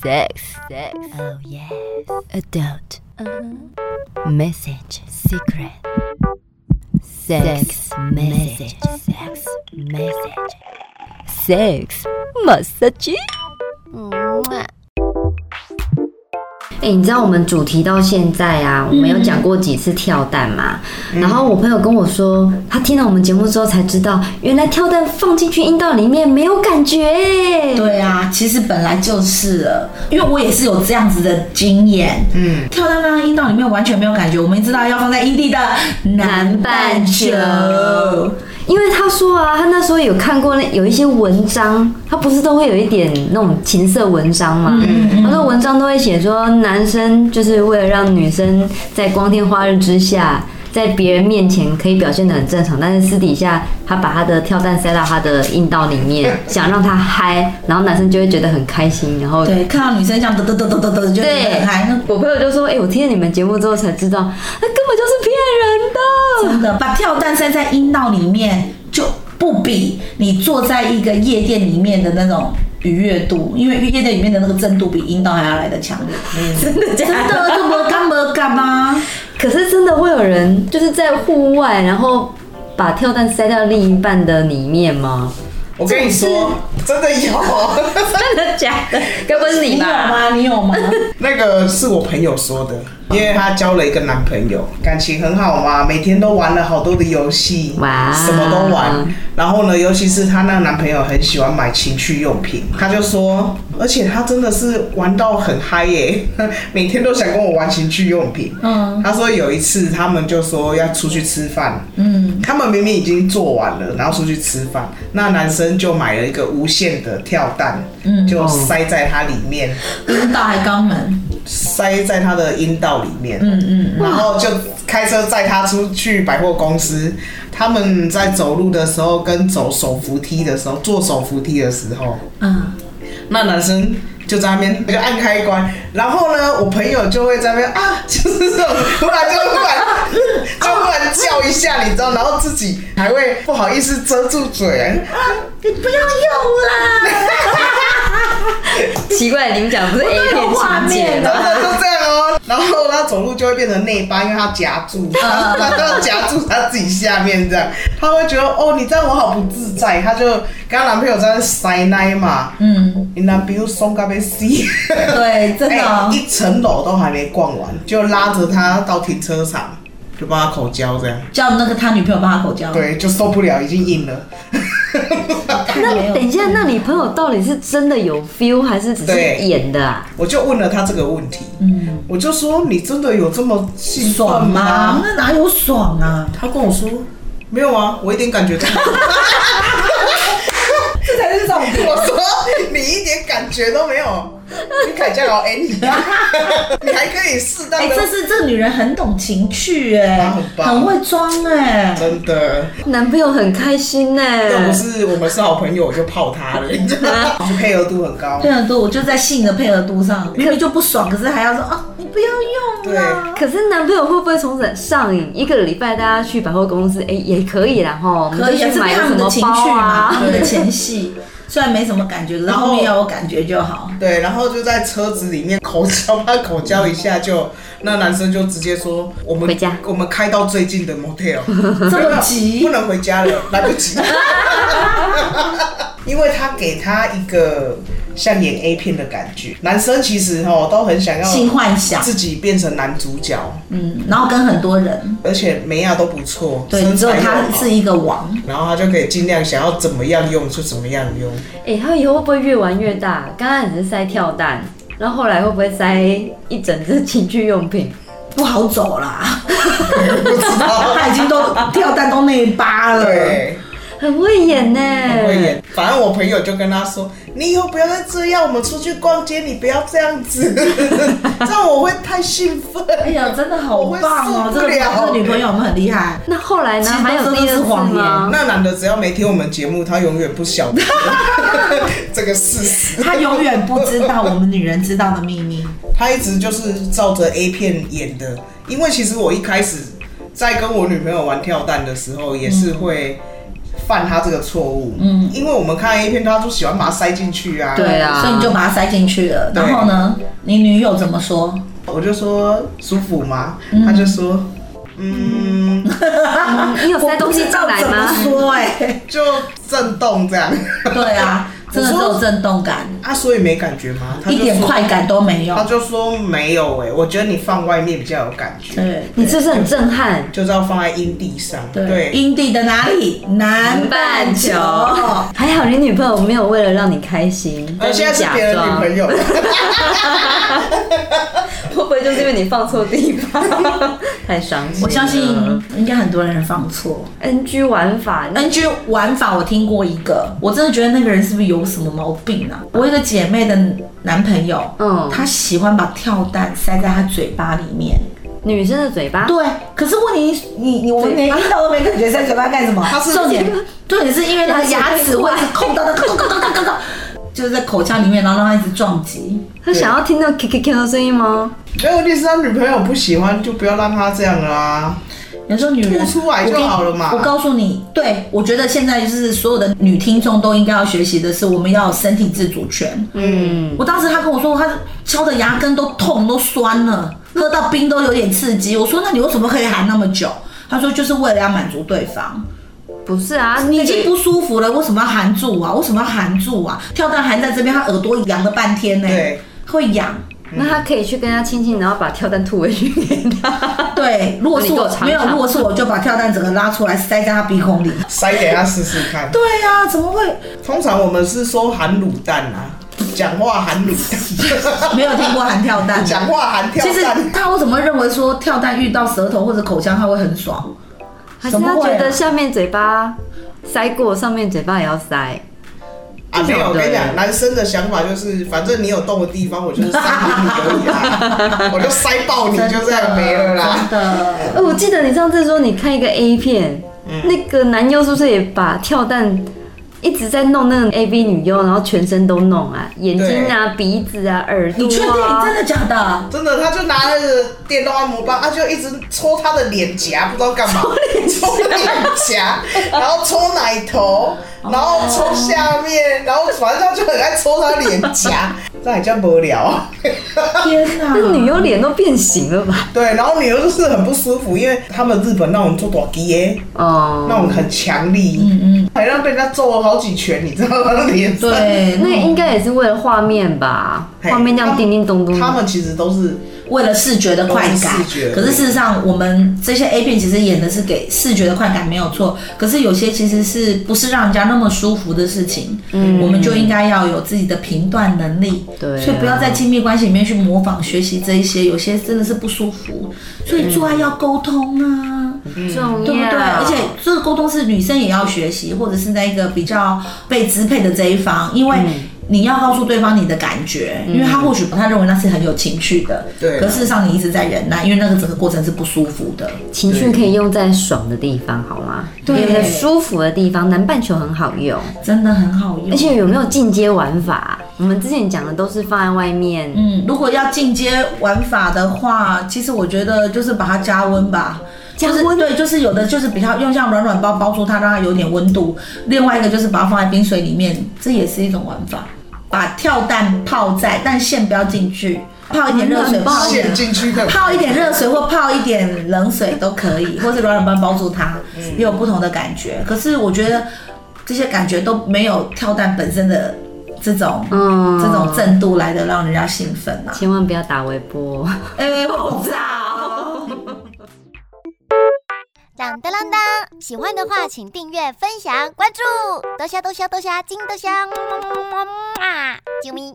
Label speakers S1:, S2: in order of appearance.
S1: Sex, sex, oh yes. Adult, Uh-huh. message, secret. Sex, message, sex, message. Sex, massage.
S2: 哎、你知道我们主题到现在啊，我们有讲过几次跳蛋嘛？然后我朋友跟我说，他听了我们节目之后才知道，原来跳蛋放进去阴道里面没有感觉哎、
S3: 对啊，其实本来就是了，因为我也是有这样子的经验。嗯，跳到刚刚阴道里面完全没有感觉，我们知道要放在阴蒂的南半球。
S2: 因为他说啊，他那时候有看过那有一些文章，他不是都会有一点那种情色文章嘛？他说文章都会写说，男生就是为了让女生在光天化日之下，在别人面前可以表现得很正常，但是私底下他把他的跳蛋塞到他的阴道里面，想让他嗨，然后男生就会觉得很开心，然后
S3: 对，看到女生这样嘚嘚嘚嘚嘚嘚，就觉得
S2: 对
S3: 很嗨。那，
S2: 我朋友就说：“哎、我听了你们节目之后才知道，那根本就是骗人的。”
S3: 真的把跳蛋塞在阴道里面，就不比你坐在一个夜店里面的那种愉悦度，因为夜店里面的那个震度比阴道还要来的强烈。真的真的，这么干么干吗？
S2: 可是真的会有人就是在户外，然后把跳蛋塞到另一半的里面吗？
S4: 我跟你说，真的有
S2: 真的假的？该不会是你
S3: 你有
S2: 吧？
S3: 吗？你有啊吗？
S4: 那个是我朋友说的，因为她交了一个男朋友，感情很好嘛，每天都玩了好多的游戏，
S2: 哇
S4: 什么都玩。然后呢，尤其是她那个男朋友很喜欢买情趣用品，她就说，而且她真的是玩到很嗨耶、 每天都想跟我玩情趣用品。
S3: 嗯，
S4: 她说有一次他们就说要出去吃饭，嗯，他们明明已经做完了，然后出去吃饭，那男生就买了一个无线的跳蛋，嗯，就塞在它里面。
S3: 阴道还肛门？
S4: 塞在他的阴道里面，嗯嗯，然后就开车载他出去百货公司。他们在走路的时候，跟走手扶梯的时候，坐手扶梯的时候，
S3: 嗯。
S4: 那男生就在那边就按开关，然后呢，我朋友就会在那边啊， 就是这种，突然就突然 就突然叫一下，你知道，然后自己还会不好意思遮住嘴，
S3: 你不要用啦，
S2: 奇怪，你们讲不是 A
S3: 有
S2: 片
S3: 画
S2: 情节
S3: 面
S4: 真
S2: 吗？
S4: 的就这样哦。然后他走路就会变成内八，因为他夹
S3: 嗯
S4: 住，他要夹住他自己下面这样，他会觉得哦，你这样我好不自在，他就跟她男朋友在那塞奶嘛，
S3: 嗯，
S4: 你男朋友松咖啡 C，
S3: 对，真的哦、
S4: 哎一层楼都还没逛完，就拉着他到停车场，就帮他口交这样，
S3: 叫那个他女朋友帮他口交，，
S4: 对，就受不了，已经 硬了。
S2: 那
S3: 没有
S2: 等一下，那你朋友到底是真的有 feel 还是只是
S4: 对
S2: 演的啊？
S4: 我就问了他这个问题，嗯，我就说你真的有这么兴奋
S3: 爽吗
S4: 吗？？
S3: 那哪有爽啊？
S4: 他跟我说没有啊，我一点感觉都没有。
S3: 这才是重点。
S4: 我说你一点感觉都没有，你凯家老 N 你， 你还可以适当
S3: 哎、
S4: 的，
S3: 这是这女人很懂情趣哎、
S4: 她很棒
S3: 很会装哎、
S4: 真的。
S2: 男朋友很开心呢、
S3: 嗯
S4: 要不是我们是好朋友，我就泡他了，你知道吗？ 配合度很高
S3: 配。合度，我就在性的配合度上，明明就不爽，可是还要说啊，你不要用啦。
S2: 可是男朋友会不会从此上瘾？一个礼拜大家去百货公司，哎、也可以啦吼，我们
S3: 可以，
S2: 就
S3: 啊这
S2: 去
S3: 是
S2: 买个
S3: 他
S2: 什
S3: 们的
S2: 么
S3: 情趣
S2: 包
S3: 嘛，
S2: 啊
S3: 他？们的前戏，虽然没什么感觉，可是
S4: 然后
S3: 后面要有感觉就好。
S4: 对，然后就在车子里面口交，他口交一下就，那男生就直接说我们
S2: 回家
S4: 我们开到最近的 motel，
S3: 这么急
S4: 啊不能回家了，来不 及。因为他给他一个像演 A 片的感觉，男生其实哦都很想要
S3: 性幻想，
S4: 自己变成男主角，
S3: 嗯，然后跟很多人，
S4: 而且美亚都不错，
S3: 对，
S4: 身
S3: 只有
S4: 材又
S3: 他
S4: 好
S3: 是，一个王，
S4: 然后他就可以尽量想要怎么样用就怎么样用，
S2: 哎、他以后会不会越玩越大？刚开始是塞跳蛋，然后后来会不会塞一整只情趣用品？
S3: 不好走 啦。
S4: 不知道。
S3: 他已经都跳蛋都内八了，
S4: 对，
S2: 很会演呢、
S4: 很会演。反正我朋友就跟他说：“你以后不要再这样，我们出去逛街，你不要这样子， 这样我会太兴奋。
S3: 哎呀，真的好棒哦！
S4: 我会
S3: 这个
S4: 受不了
S3: 这个女朋友们很厉害，
S2: 那后来呢？
S3: 其实
S2: 还有
S3: 都
S2: 第二
S3: 是
S2: 次
S3: 谎言
S2: 吗？
S4: 那男的只要没听我们节目，他永远不晓得 这个事实。
S3: 她永远不知道我们女人知道的秘密。
S4: 他一直就是照着 A 片演的，因为其实我一开始在跟我女朋友玩跳蛋的时候，也是会犯他这个错误，嗯，因为我们看 A 片，他就喜欢把它塞进去啊，
S2: 对啊
S3: 所以你就把它塞进去了。
S4: 对
S3: 然后呢，你女友怎么说？
S4: 我就说舒服吗？他就说，嗯，
S2: 嗯你有塞东西进来吗
S3: 我？不知道怎么说哎，
S4: 就震动这样，
S3: 对啊，真的
S4: 我
S3: 是
S4: 说
S3: 有震动感，
S4: 啊，所以没感觉吗？他就
S3: 一
S4: 说
S3: 点快感都没有
S4: 他。就说没有哎、我觉得你放外面比较有感觉，
S3: 对
S2: 你是不是很震撼？
S4: 就是要放在阴地上，
S3: 对，阴蒂的哪里？南半球。
S2: 还好你女朋友没有为了让你开心，
S3: 呃
S4: 而呃现在是别人女朋
S2: 友，
S4: 友，
S2: 会不会就是因为你放错地 方，太伤心了？
S3: 我相信
S4: 嗯
S3: 应该很多人放错。
S2: NG 玩法，那
S3: NG 玩法我听过一个，我真的觉得那个人是不是有什么毛病啊？我有一个姐妹的男朋友，
S2: 嗯
S3: 嗯，他喜欢把跳蛋塞在他嘴巴里面。
S2: 女生的嘴巴，
S3: 对，可是问题你你我们连听到都没感觉，塞嘴巴干什么？
S4: 他是
S3: 重点，重点是因为他牙齿会抠到那抠抠抠抠抠抠，就是在口腔里面，然后让他一直撞击。
S2: 她想要听到 K K K 的声音吗？
S4: 没有问题是他女朋友不喜欢，就不要让他这样啊啦、
S3: 有时候女人
S4: 吐出来就
S3: 我跟你
S4: 好了嘛
S3: 我告诉你，对我觉得现在就是所有的女听众都应该要学习的是，我们要有身体自主权。嗯，我当时她跟我说，她敲的牙根都痛都酸了，喝到冰都有点刺激。我说那你为什么可以喊那么久？她说就是为了要满足对方，
S2: 不是啊，
S3: 你
S2: 你
S3: 已经不舒服了，为什么要含住啊？为什么要含住啊？跳蛋含在这边，她耳朵痒了半天呢、
S4: 对，
S3: 会痒。
S2: 那她可以去跟她亲亲，然后把跳蛋吐回去给 她。
S3: 对，如果是
S2: 那你给
S3: 我
S2: 我尝
S3: 没有，
S2: 尝
S3: 如果是我就把跳蛋整个拉出来塞在她鼻孔里。
S4: 塞给他试试看。
S3: 对呀、怎么会？
S4: 通常我们是说含卤蛋啊，讲话含卤蛋，
S3: 没有听过含跳蛋。
S4: 讲话含跳
S3: 其实
S4: 蛋。啊
S3: 他为什么认为说跳蛋遇到舌头或者口腔他会很爽？
S2: 还是
S3: 怎
S2: 她
S3: 么会
S2: 觉
S3: 啊
S2: 得下面嘴巴塞过，上面嘴巴也要塞？
S4: 啊，没有，我
S2: 对
S4: 跟你讲，男生的想法就是，反正你有动的地方，我就是塞给你而 已啊，我就塞爆你，就这样没了啦。
S3: 真的，
S2: 哎，我记得你上次说你看一个 A 片，那个男优是不是也把跳蛋一直在弄那个 A V 女优，然后全身都弄啊，眼睛啊、鼻子啊、耳朵
S3: 你确定
S2: 啊，
S3: 真的假的？
S4: 真的，他就拿那个电动按摩棒，他就一直搓他的脸颊，不知道干嘛，搓脸颊，然后搓奶头，然后搓下面，然后反正他就很爱搓他脸颊， 这还叫无聊 啊。
S3: 天哪！
S2: 那女优脸都变形了吧？
S4: 对，然后女儿就是很不舒服，因为他们日本那种做短笛耶，
S2: 哦、
S4: 那种很强力，嗯嗯，还让被人家揍了好几拳，你知道吗？脸上，
S3: 对，
S2: 那应该也是为了画面吧？
S4: 嘿
S2: 画面这样叮叮咚咚，
S4: 他们其实都是
S3: 为了视觉的快感
S4: 都是视觉，
S3: 可是事实上，我们这些 A 片其实演的是给视觉的快感没有错，可是有些其实是不是让人家那么舒服的事情，嗯，我们就应该要有自己的评断能力，
S2: 对啊
S3: 所以不要在亲密关系里面去模仿学习这一些，有些真的是不舒服，所以做爱要沟通啊。
S2: 重要，
S3: 对不对？而且这个沟通是女生也要学习，或者是在一个比较被支配的这一方，因为你要告诉对方你的感觉，因为他或许他认为那是很有情绪的，
S4: 对
S3: 可事实上你一直在忍耐，因为那个整个过程是不舒服的。
S2: 情绪可以用在爽的地方，好吗？
S3: 对
S2: 有的舒服的地方，南半球很好用。
S3: 真的很好用，
S2: 而且有没有进阶玩法啊、我们之前讲的都是放在外面，
S3: 嗯，如果要进阶玩法的话，其实我觉得就是把它加温吧。
S2: 加
S3: 就是
S2: 温
S3: 对，就是有的就是比较用像软软包包住它，让它有点温度。另外一个就是把它放在冰水里面，这也是一种玩法。把跳蛋泡在，但线不要进去，泡一点热水，
S2: 软软包
S3: 泡一点
S4: 陷进去的。
S3: 泡一点热水或泡一点冷水都可以，或是软软包包住它，
S2: 嗯
S3: 也有不同的感觉。可是我觉得这些感觉都没有跳蛋本身的这种、
S2: 嗯
S3: 这种震度来的让人家兴奋啊。
S2: 千万不要打微波哦。
S3: 哎、我不知道。
S5: 当当当当！喜欢的话，请订阅、分享、关注，多虾多虾多虾，金多虾，么么么么么啊！啾咪。